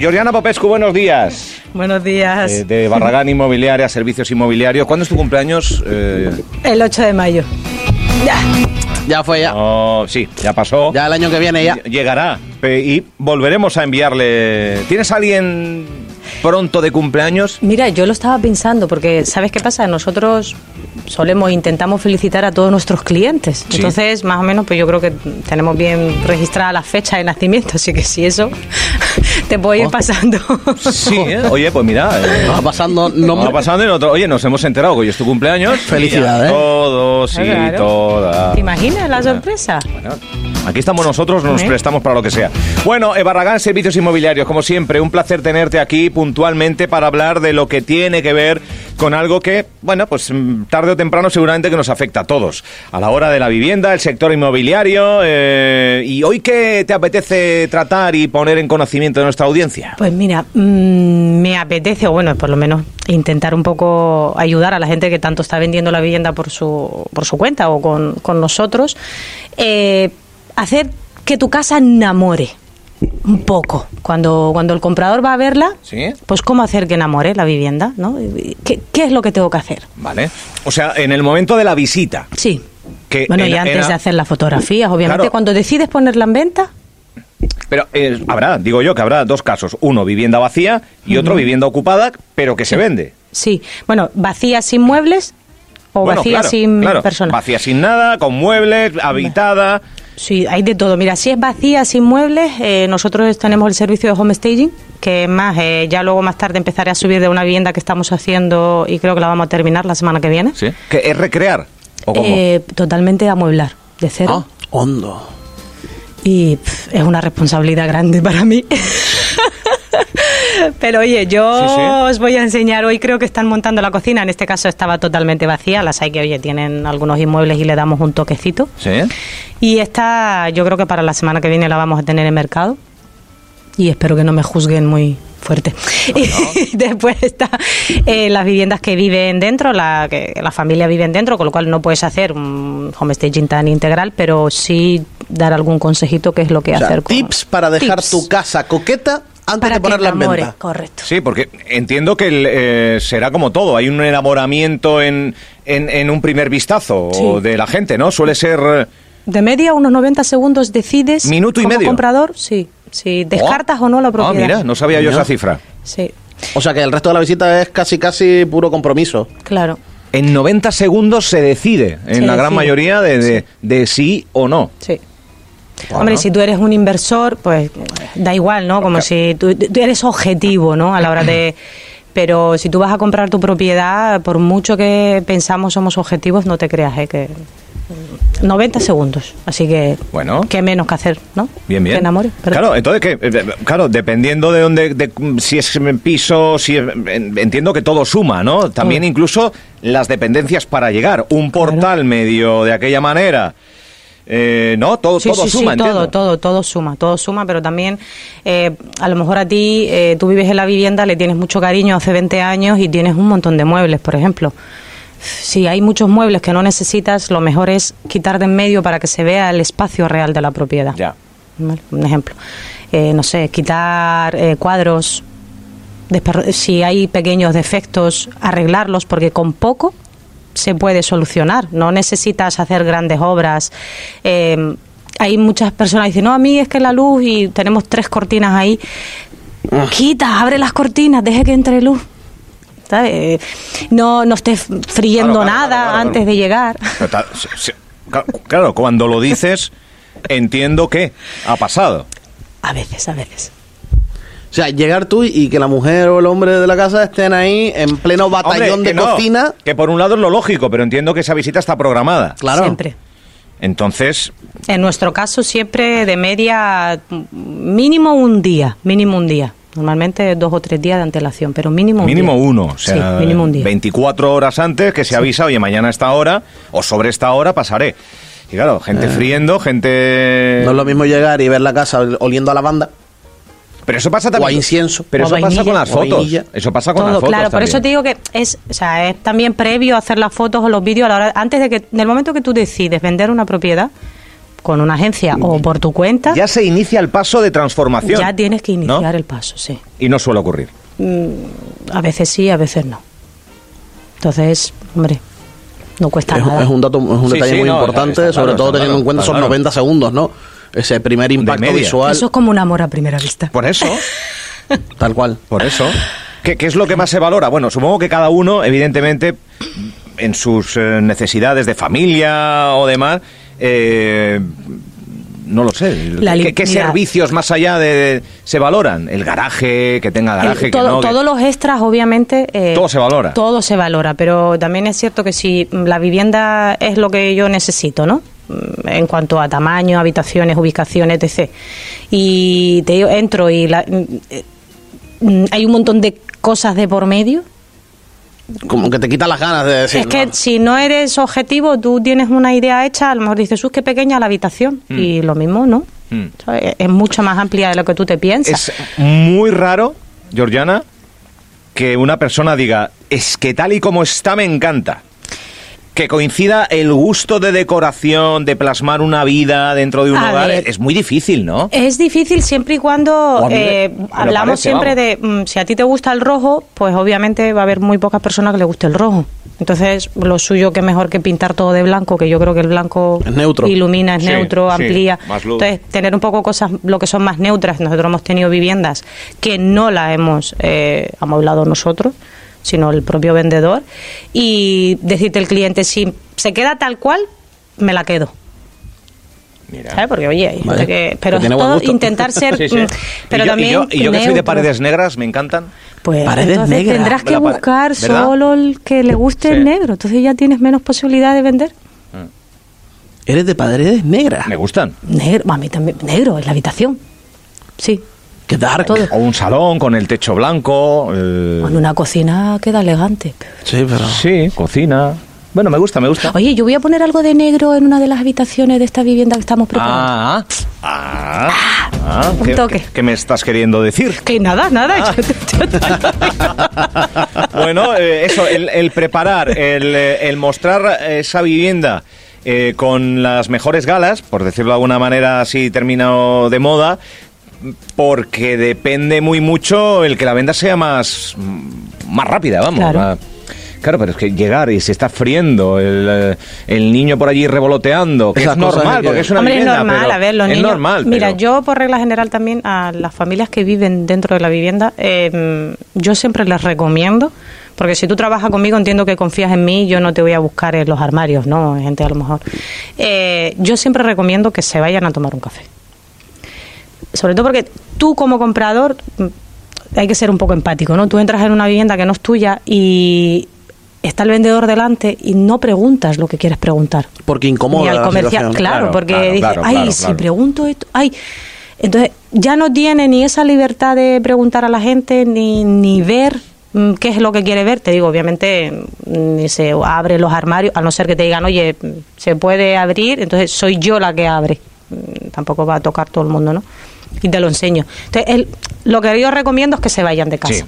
Georgiana Popescu, buenos días. Buenos días. Eh, de Barragán Inmobiliaria, Servicios Inmobiliarios. ¿Cuándo es tu cumpleaños? Eh, El 8 de mayo. Ya. Ya fue, ya. no, oh, sí, ya pasó. Ya el año que viene, ya. Ll- Llegará. Pe- Y volveremos a enviarle. ¿Tienes alguien pronto de cumpleaños? Mira, yo lo estaba pensando porque, ¿sabes qué pasa? Nosotros solemos, intentamos felicitar a todos nuestros clientes. Sí. Entonces, más o menos, pues yo creo que tenemos bien registrada la fecha de nacimiento, así que si eso, te puedo ir Oh. pasando. Sí, ¿eh? Oye, pues mira. eh, Va pasando nos nombre. ha pasado en otro. Oye, nos hemos enterado que hoy es tu cumpleaños. Felicidades. Todos y Claro. todas. ¿Te imaginas Ah. la sorpresa? Bueno, Aquí estamos nosotros, nos ¿Eh? prestamos para lo que sea. Bueno, eh, Barragán Servicios Inmobiliarios, como siempre, un placer tenerte aquí puntualmente para hablar de lo que tiene que ver con algo que, bueno, pues mm, tarde o temprano seguramente que nos afecta a todos. A la hora de la vivienda, el sector inmobiliario. eh, ¿Y hoy qué te apetece tratar y poner en conocimiento de nuestra audiencia? Pues mira, mm, me apetece, o bueno, por lo menos intentar un poco ayudar a la gente que tanto está vendiendo la vivienda por su, por su cuenta o con, con nosotros, eh, hacer que tu casa enamore un poco. Cuando, cuando el comprador va a verla, Sí. pues cómo hacer que enamore la vivienda, ¿no? ¿Qué, qué es lo que tengo que hacer? Vale. O sea, en el momento de la visita. Sí. Que bueno, y Eh, en- antes era- de hacer las fotografías, obviamente, Claro. cuando decides ponerla en venta, Pero eh, habrá, digo yo, que habrá dos casos. Uno, vivienda vacía y otro, vivienda ocupada, pero que se vende. sí. Bueno, vacía sin muebles o Bueno, vacía claro, sin claro. personas. Vacía sin nada, con muebles, habitada. Sí, hay de todo. Mira, si es vacía, sin muebles, eh, nosotros tenemos el servicio de home staging, que es más, eh, ya luego más tarde empezaré a subir de una vivienda que estamos haciendo y creo que la vamos a terminar la semana que viene. Que es recrear. ¿O cómo? Eh, totalmente amueblar, de Ah, cero. hondo. Y pf, es una responsabilidad grande para mí. Pero oye, yo Sí, sí. os voy a enseñar hoy, creo que están montando la cocina, en este caso estaba totalmente vacía, las hay que, oye, tienen algunos inmuebles y le damos un toquecito. Sí. Y esta yo creo que para la semana que viene la vamos a tener en mercado. Y espero que no me juzguen muy fuerte. Y después está eh, las viviendas que viven dentro, la, que la familia viven dentro, con lo cual no puedes hacer un homestaging tan integral, pero sí dar algún consejito que es lo que O sea, hacer. con- tips para dejar Tips tu casa coqueta antes para que de ponerla en enamore, venta. Correcto. Sí, porque entiendo que el, eh, será como todo. Hay un enamoramiento en, en, en un primer vistazo Sí. o de la gente, ¿no? Suele ser. eh, De media, unos 90 segundos decides. Minuto y como medio. comprador, sí. Si descartas o no la Ah, propiedad. mira, no sabía yo Oh. Mira. esa cifra. Sí, O sea que el resto de la visita es casi, casi puro compromiso. claro. En 90 segundos se decide, en Se la gran decide. mayoría, de, de, de sí o no. Sí. Bueno. Hombre, si tú eres un inversor, pues da igual, ¿no? Como Claro. si tú, tú eres objetivo, ¿no? A la hora de... Pero si tú vas a comprar tu propiedad, por mucho que pensamos somos objetivos, no te creas, ¿eh? Que 90 segundos, así que... Bueno. ¿Qué menos que hacer, no? Bien, bien. Que enamore. pero- Claro, entonces, ¿qué? Eh, eh, claro, dependiendo de dónde, de si es en piso, si es- en- entiendo que todo suma, ¿no? También Todo. incluso las dependencias para llegar, un portal medio de aquella manera, Eh, ¿no? Todo, Sí, todo sí, suma, sí, entiendo. todo, todo, todo suma, todo suma, pero también eh, a lo mejor a ti, eh, tú vives en la vivienda, le tienes mucho cariño hace 20 años y tienes un montón de muebles, por ejemplo. Si hay muchos muebles que no necesitas, lo mejor es quitar de en medio para que se vea el espacio real de la propiedad. Ya. ¿Vale? Un ejemplo. Eh, no sé, quitar eh, cuadros, desperro- si hay pequeños defectos, arreglarlos, porque con poco se puede solucionar. No necesitas hacer grandes obras. Eh, hay muchas personas que dicen, no, a mí es que la luz y tenemos tres cortinas ahí. Ah. Quita, abre las cortinas, deje que entre luz. ¿Sabes? Eh, No, no estés Claro, friendo claro, nada claro, claro, antes claro. de llegar. Pero ta- se- se- ca- claro, cuando lo dices, entiendo que ha pasado. A veces, a veces. O sea, llegar tú y que la mujer o el hombre de la casa estén ahí en pleno batallón Hombre, que de no, cocina. que por un lado es lo lógico, pero entiendo que esa visita está programada. Claro. Siempre. Entonces, En nuestro caso siempre de media mm, mínimo un día, mínimo un día. Normalmente dos o tres días de antelación, pero mínimo un Mínimo día. uno, o sea, sí, mínimo un día. 24 horas antes que se avisa, oye, mañana a esta hora o sobre esta hora pasaré. Y claro, gente Ah. friendo, gente... No es lo mismo llegar y ver la casa oliendo a lavanda. Pero eso pasa O a también... incienso. Pero O eso pasa vainilla. con las O fotos. vainilla. Eso pasa con Todo, las fotos claro, por también. eso te digo que es, o sea, es también previo hacer las fotos o los vídeos a la hora antes de que en el momento que tú decides vender una propiedad, con una agencia o por tu cuenta, Ya se inicia el paso de transformación. ya tienes que iniciar ¿no? el paso, sí. Y no suele ocurrir. A veces sí, a veces no. Entonces, hombre, no cuesta Es, nada. es un dato, es un Sí, detalle sí, muy no, importante, está claro, sobre todo está teniendo claro, en cuenta está esos claro. 90 segundos, ¿no? Ese primer impacto media. visual, Eso es como un amor a primera vista. Por eso, tal cual. por eso. ¿Qué, qué es lo que más se valora? Bueno, supongo que cada uno, evidentemente, en sus eh, necesidades de familia o demás, eh, no lo sé. La li- ¿Qué, qué mira. servicios más allá de, se valoran? El garaje, que tenga El- garaje, que todo- no, que- todos los extras, obviamente. eh, Todo se valora. Todo se valora, pero también es cierto que si la vivienda es lo que yo necesito, ¿no? Mm, En cuanto a tamaño, habitaciones, ubicaciones, etc. Y te digo, entro y la- mm, eh, mm, hay un montón de cosas de por medio. Como que te quita las ganas de decir. es que "No". si no eres objetivo, tú tienes una idea hecha, a lo mejor dices, ¡Sus, qué pequeña la habitación! Y lo mismo, ¿no? Mm. ¿Sabes? Es- Es mucho más amplia de lo que tú te piensas. Es muy raro, Georgiana, que una persona diga, es que tal y como está me encanta. Que coincida el gusto de decoración, de plasmar una vida dentro de un A hogar, ver. Eh, es muy difícil, ¿no? Es difícil siempre y cuando O a mí me- eh, me lo hablamos parece, siempre de mm, si a ti te gusta el rojo, pues obviamente va a haber muy pocas personas que le guste el rojo. Entonces, lo suyo que mejor que pintar todo de blanco, que yo creo que el blanco Es neutro. ilumina, es Sí, neutro, sí, amplía. más luz. Entonces, tener un poco cosas lo que son más neutras. Nosotros hemos tenido viviendas que no las hemos eh, amueblado nosotros, sino el propio vendedor. Y decirte al cliente, si se queda tal cual, me la quedo. ¿sabes? Porque oye, hay gente Vale. que- pero Que tiene buen todo gusto. intentar ser, Sí, sí. mm, y pero yo, también y yo, y yo que soy de neutro. paredes negras, me encantan. pues Paredes entonces negras. tendrás que ¿Verdad? buscar ¿Verdad? solo el que le guste Sí. el negro, entonces ya tienes menos posibilidad de vender. Eres de paredes negras. Me gustan. Negro, a mí también negro en la habitación. Sí. Qué dark. Todo. O un salón con el techo blanco. eh, En una cocina queda elegante. Sí, pero. Sí, cocina. Bueno, me gusta, me gusta. Oye, yo voy a poner algo de negro en una de las habitaciones de esta vivienda que estamos preparando. Ah, ah, ah, Un ¿qué- toque. qué- qué me estás queriendo decir? Que nada, Ah. nada. yo- yo- Bueno, eh, eso, el, el preparar, el, eh, el mostrar esa vivienda eh, con las mejores galas, por decirlo de alguna manera así terminado de moda, porque depende muy mucho el que la venda sea más, más rápida, vamos. Claro. más- Claro, pero es que llegar y se está friendo, el, eh, el niño por allí revoloteando, que Esas es cosas normal, hay que- porque es una Hombre, vivienda, es normal, pero a ver, los es niños. normal, mira, pero- yo por regla general también a las familias que viven dentro de la vivienda, eh, yo siempre les recomiendo, porque si tú trabajas conmigo entiendo que confías en mí, yo no te voy a buscar en los armarios, ¿no? Gente a lo mejor. Eh, yo siempre recomiendo que se vayan a tomar un café. Sobre todo porque tú como comprador mm, hay que ser un poco empático, ¿no? Tú entras en una vivienda que no es tuya y está el vendedor delante y no preguntas lo que quieres preguntar Porque incomoda. ni al la comercial, situación. claro, Claro, porque claro, dice, claro, ay, claro, si claro". pregunto esto, ay. Entonces, ya no tiene ni esa libertad de preguntar a la gente, ni, ni ver mm, qué es lo que quiere ver. Te digo, obviamente, mm, ni se abre los armarios, a no ser que te digan, oye, mm, se puede abrir, entonces soy yo la que abre. Mm, Tampoco va a tocar todo el mundo, ¿no? Y te lo enseño. Entonces, el- lo que yo recomiendo es que se vayan de casa. Sí.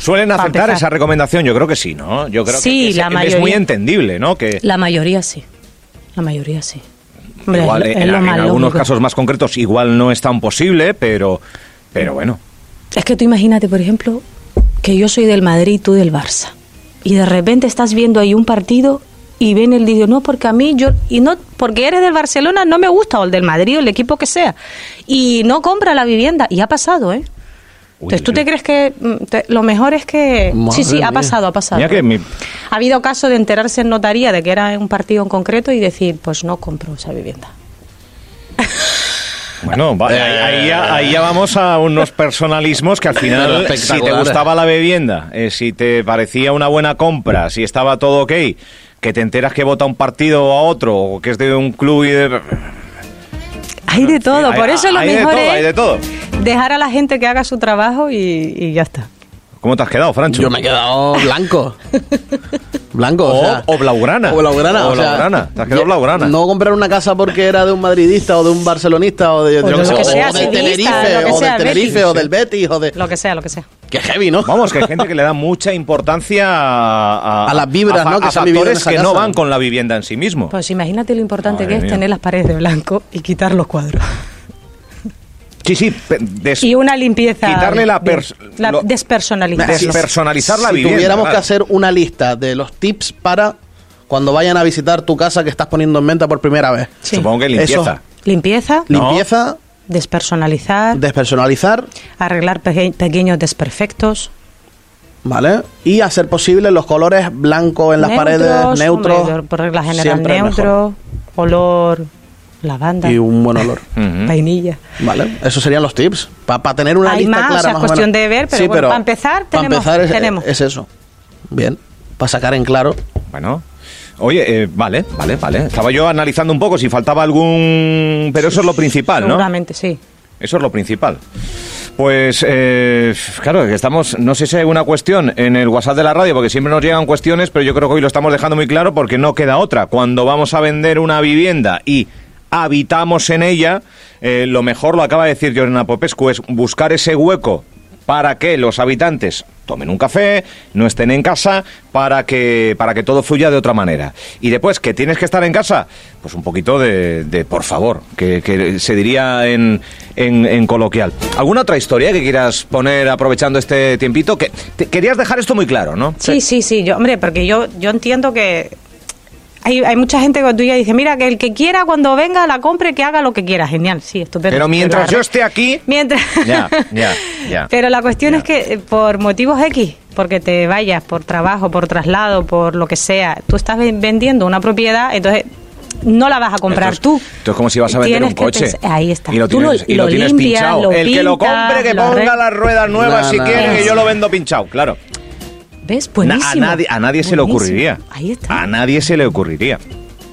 ¿Suelen Para aceptar empezar. esa recomendación? Yo creo que sí, ¿no? Yo creo Sí, que es, la es mayoría. muy entendible, ¿no? Que La mayoría sí. La mayoría sí. Hombre, igual es lo- en, es lo en más algunos lógico. casos más concretos igual no es tan posible, pero, pero bueno. Es que tú imagínate, por ejemplo, que yo soy del Madrid y tú del Barça. Y de repente estás viendo ahí un partido y ven el vídeo, no, porque a mí yo, y no, porque eres del Barcelona, no me gusta, o el del Madrid, o el equipo que sea. Y no compra la vivienda. Y ha pasado, ¿eh? Uy, Entonces, ¿tú te Dios. crees que mm, te- lo mejor es que... Madre sí, sí, mía. ha pasado, ha pasado. Mira que mi- Ha habido caso de enterarse en notaría de que era un partido en concreto y decir, pues no compro esa vivienda. Bueno, va- ahí, ahí ya, ahí ya vamos a unos personalismos que al final, Pero si te espectacular. gustaba la vivienda, eh, si te parecía una buena compra, si estaba todo ok, que te enteras que vota un partido a otro, o que es de un club y de... Hay de todo, Hay- por eso lo hay de mejor todo, es hay de todo. dejar a la gente que haga su trabajo y, y ya está. ¿Cómo te has quedado, Francho? Yo me he quedado blanco. Blanco, o, o, sea, o blaugrana. o blaugrana, O o sea, blaugrana. Te has quedado ya- blaugrana. No comprar una casa porque era de un madridista o de un barcelonista o de, O de yo qué lo sé, que sea, del sevillista, Tenerife lo que o sea, del Tenerife Betis. o del Betis o de Lo que sea, lo que sea. Qué heavy, ¿no? Vamos, que hay gente que le da mucha importancia a, A las vibras, fa- ¿no? que a se han vivido en factores esa que no casa. van con la vivienda en sí mismo. Pues imagínate lo importante Madre que es mía. tener las paredes de blanco y quitar los cuadros. sí, sí, pe- des- Y una limpieza. Quitarle la bien. pers- La lo- despersonalizar. despersonalizar la si vivienda. tuviéramos claro. que hacer una lista de los tips para cuando vayan a visitar tu casa que estás poniendo en venta por primera vez. Sí. Supongo que limpieza. Eso. Limpieza, No. Limpieza, despersonalizar, despersonalizar, arreglar peque- pequeños desperfectos. ¿vale? Y hacer posible los colores blancos en las paredes, neutros. hombre, por regla general, siempre es mejor. neutro, olor, lavanda, Y un buen olor. Ujú. vainilla. Vale, esos serían los tips. Para tener una Hay lista más, o clara. sea, más cuestión menos. de ver, pero bueno, pa' empezar pa' tenemos- empezar es, tenemos. es eso. Bien. Para sacar en claro. Bueno. Oye, eh, vale, vale, vale. Estaba yo analizando un poco si faltaba algún... Pero eso es lo principal, ¿no? Seguramente, sí. Eso es lo principal. Pues eh, claro, que estamos, no sé si hay una cuestión en el WhatsApp de la radio, porque siempre nos llegan cuestiones, pero yo creo que hoy lo estamos dejando muy claro porque no queda otra. Cuando vamos a vender una vivienda y habitamos en ella, eh, lo mejor, lo acaba de decir Jorena Popescu, es buscar ese hueco para que los habitantes tomen un café, no estén en casa, para que, para que todo fluya de otra manera. Y después, que tienes que estar en casa, pues un poquito de, de por favor, que, que se diría en, en- en coloquial. ¿Alguna otra historia que quieras poner aprovechando este tiempito? Que te- querías dejar esto muy claro, ¿no? Sí, sí, sí, yo, hombre, porque yo, yo entiendo que hay, hay mucha gente que tú ya dice, mira, que el que quiera cuando venga la compre, que haga lo que quiera, genial, sí, estupendo. Pero mientras la- yo esté aquí- Mientras... Ya, ya, ya. Pero la cuestión Ya. es que eh, por motivos X, porque te vayas, por trabajo, por traslado, por lo que sea, tú estás ven- vendiendo una propiedad, entonces no la vas a comprar Esto es- tú. Esto es como si vas a vender Tienes un que coche. pensar- Ahí está. Y lo Tú tienes, y lo tienes limpias, pinchado. lo el que lo pintas, compre, que lo ponga arreglas. las ruedas nuevas No, si no, quiere, no. que yo lo vendo pinchado, claro. ¿Ves? Na- Buenísimo. a nadie, a nadie se le Buenísimo. ocurriría. Ahí está. A nadie se le ocurriría.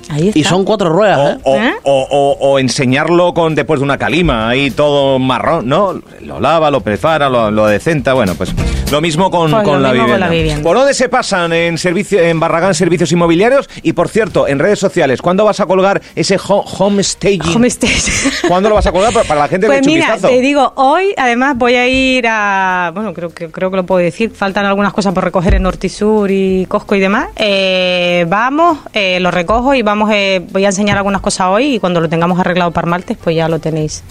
Ahí está. Y son cuatro ruedas, O, o- ¿eh? ¿Eh? o- o- o enseñarlo con después de una calima, ahí todo marrón, ¿no? Lo lava, lo prepara, lo, lo decenta, bueno, pues lo mismo con, Pues con lo la, mismo vivienda. con la vivienda. ¿Por dónde se pasan en, servicio, en Barragán Servicios Inmobiliarios? Y por cierto, en redes sociales, ¿cuándo vas a colgar ese ho- home staging? Home stage. ¿Cuándo lo vas a colgar? Para- Para la gente que Pues eche un mira, vistazo. te digo, hoy además voy a ir a. Bueno, creo que creo que lo puedo decir. Faltan algunas cosas por recoger en Nortisur y Cosco y demás. Eh, vamos, eh, lo recojo y vamos. eh, voy a enseñar algunas cosas hoy y cuando lo tengamos arreglado para martes, pues ya lo tenéis.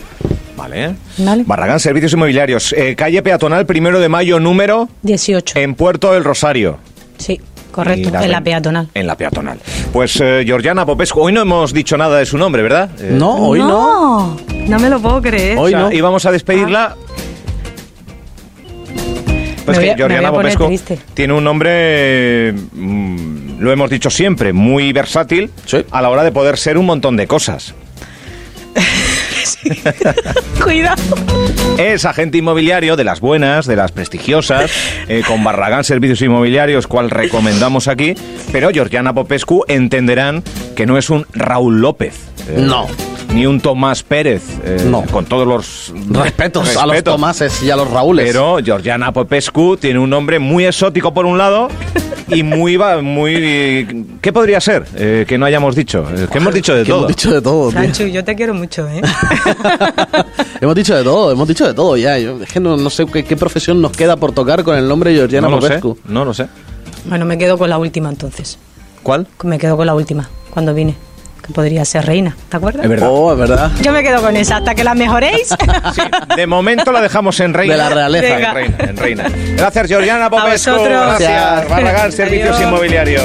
Vale. Vale. Barragán Servicios Inmobiliarios, eh, calle peatonal, primero de mayo, número 18. en Puerto del Rosario. sí, Y correcto. En la Eh, ven- peatonal. En la peatonal. Pues eh, Georgiana Popescu, hoy no hemos dicho nada de su nombre, ¿verdad? Eh, No, hoy no. no. No me lo puedo creer. o Hoy sea, no. Íbamos a despedirla. Pues que Ah. Me voy a- me Georgiana voy a poner Popescu triste. tiene un nombre, mm, lo hemos dicho siempre, muy versátil Sí. a la hora de poder ser un montón de cosas. Cuidado. Es agente inmobiliario de las buenas, de las prestigiosas, eh, con Barragán Servicios Inmobiliarios, cual recomendamos aquí. Pero Georgiana Popescu entenderán que no es un Raúl López. eh, No. Ni un Tomás Pérez. eh, No. Con todos los Respetos, a los respetos. Tomases y a los Raúles. Pero Georgiana Popescu tiene un nombre muy exótico por un lado y muy... va- muy ¿Qué podría ser eh, que no hayamos dicho? Eh, que hemos dicho de Que todo. hemos dicho de todo, tío. Sanchu, yo te quiero mucho, ¿eh? hemos dicho de todo, hemos dicho de todo ya. Yo, es que no, no sé qué, qué profesión nos queda por tocar con el nombre de Georgiana no lo sé, Popescu. no lo sé. bueno, me quedo con la última entonces. ¿Cuál? Me quedo con la última, cuando vine, que podría ser reina, ¿te acuerdas? Es verdad. Oh, es verdad. Yo me quedo con esa, hasta que la mejoréis. Sí, de momento la dejamos en reina. De la realeza. En reina, en reina. Gracias, Georgiana Popescu. vosotros. Gracias, Gracias. Barragán, Servicios Adiós. Inmobiliarios.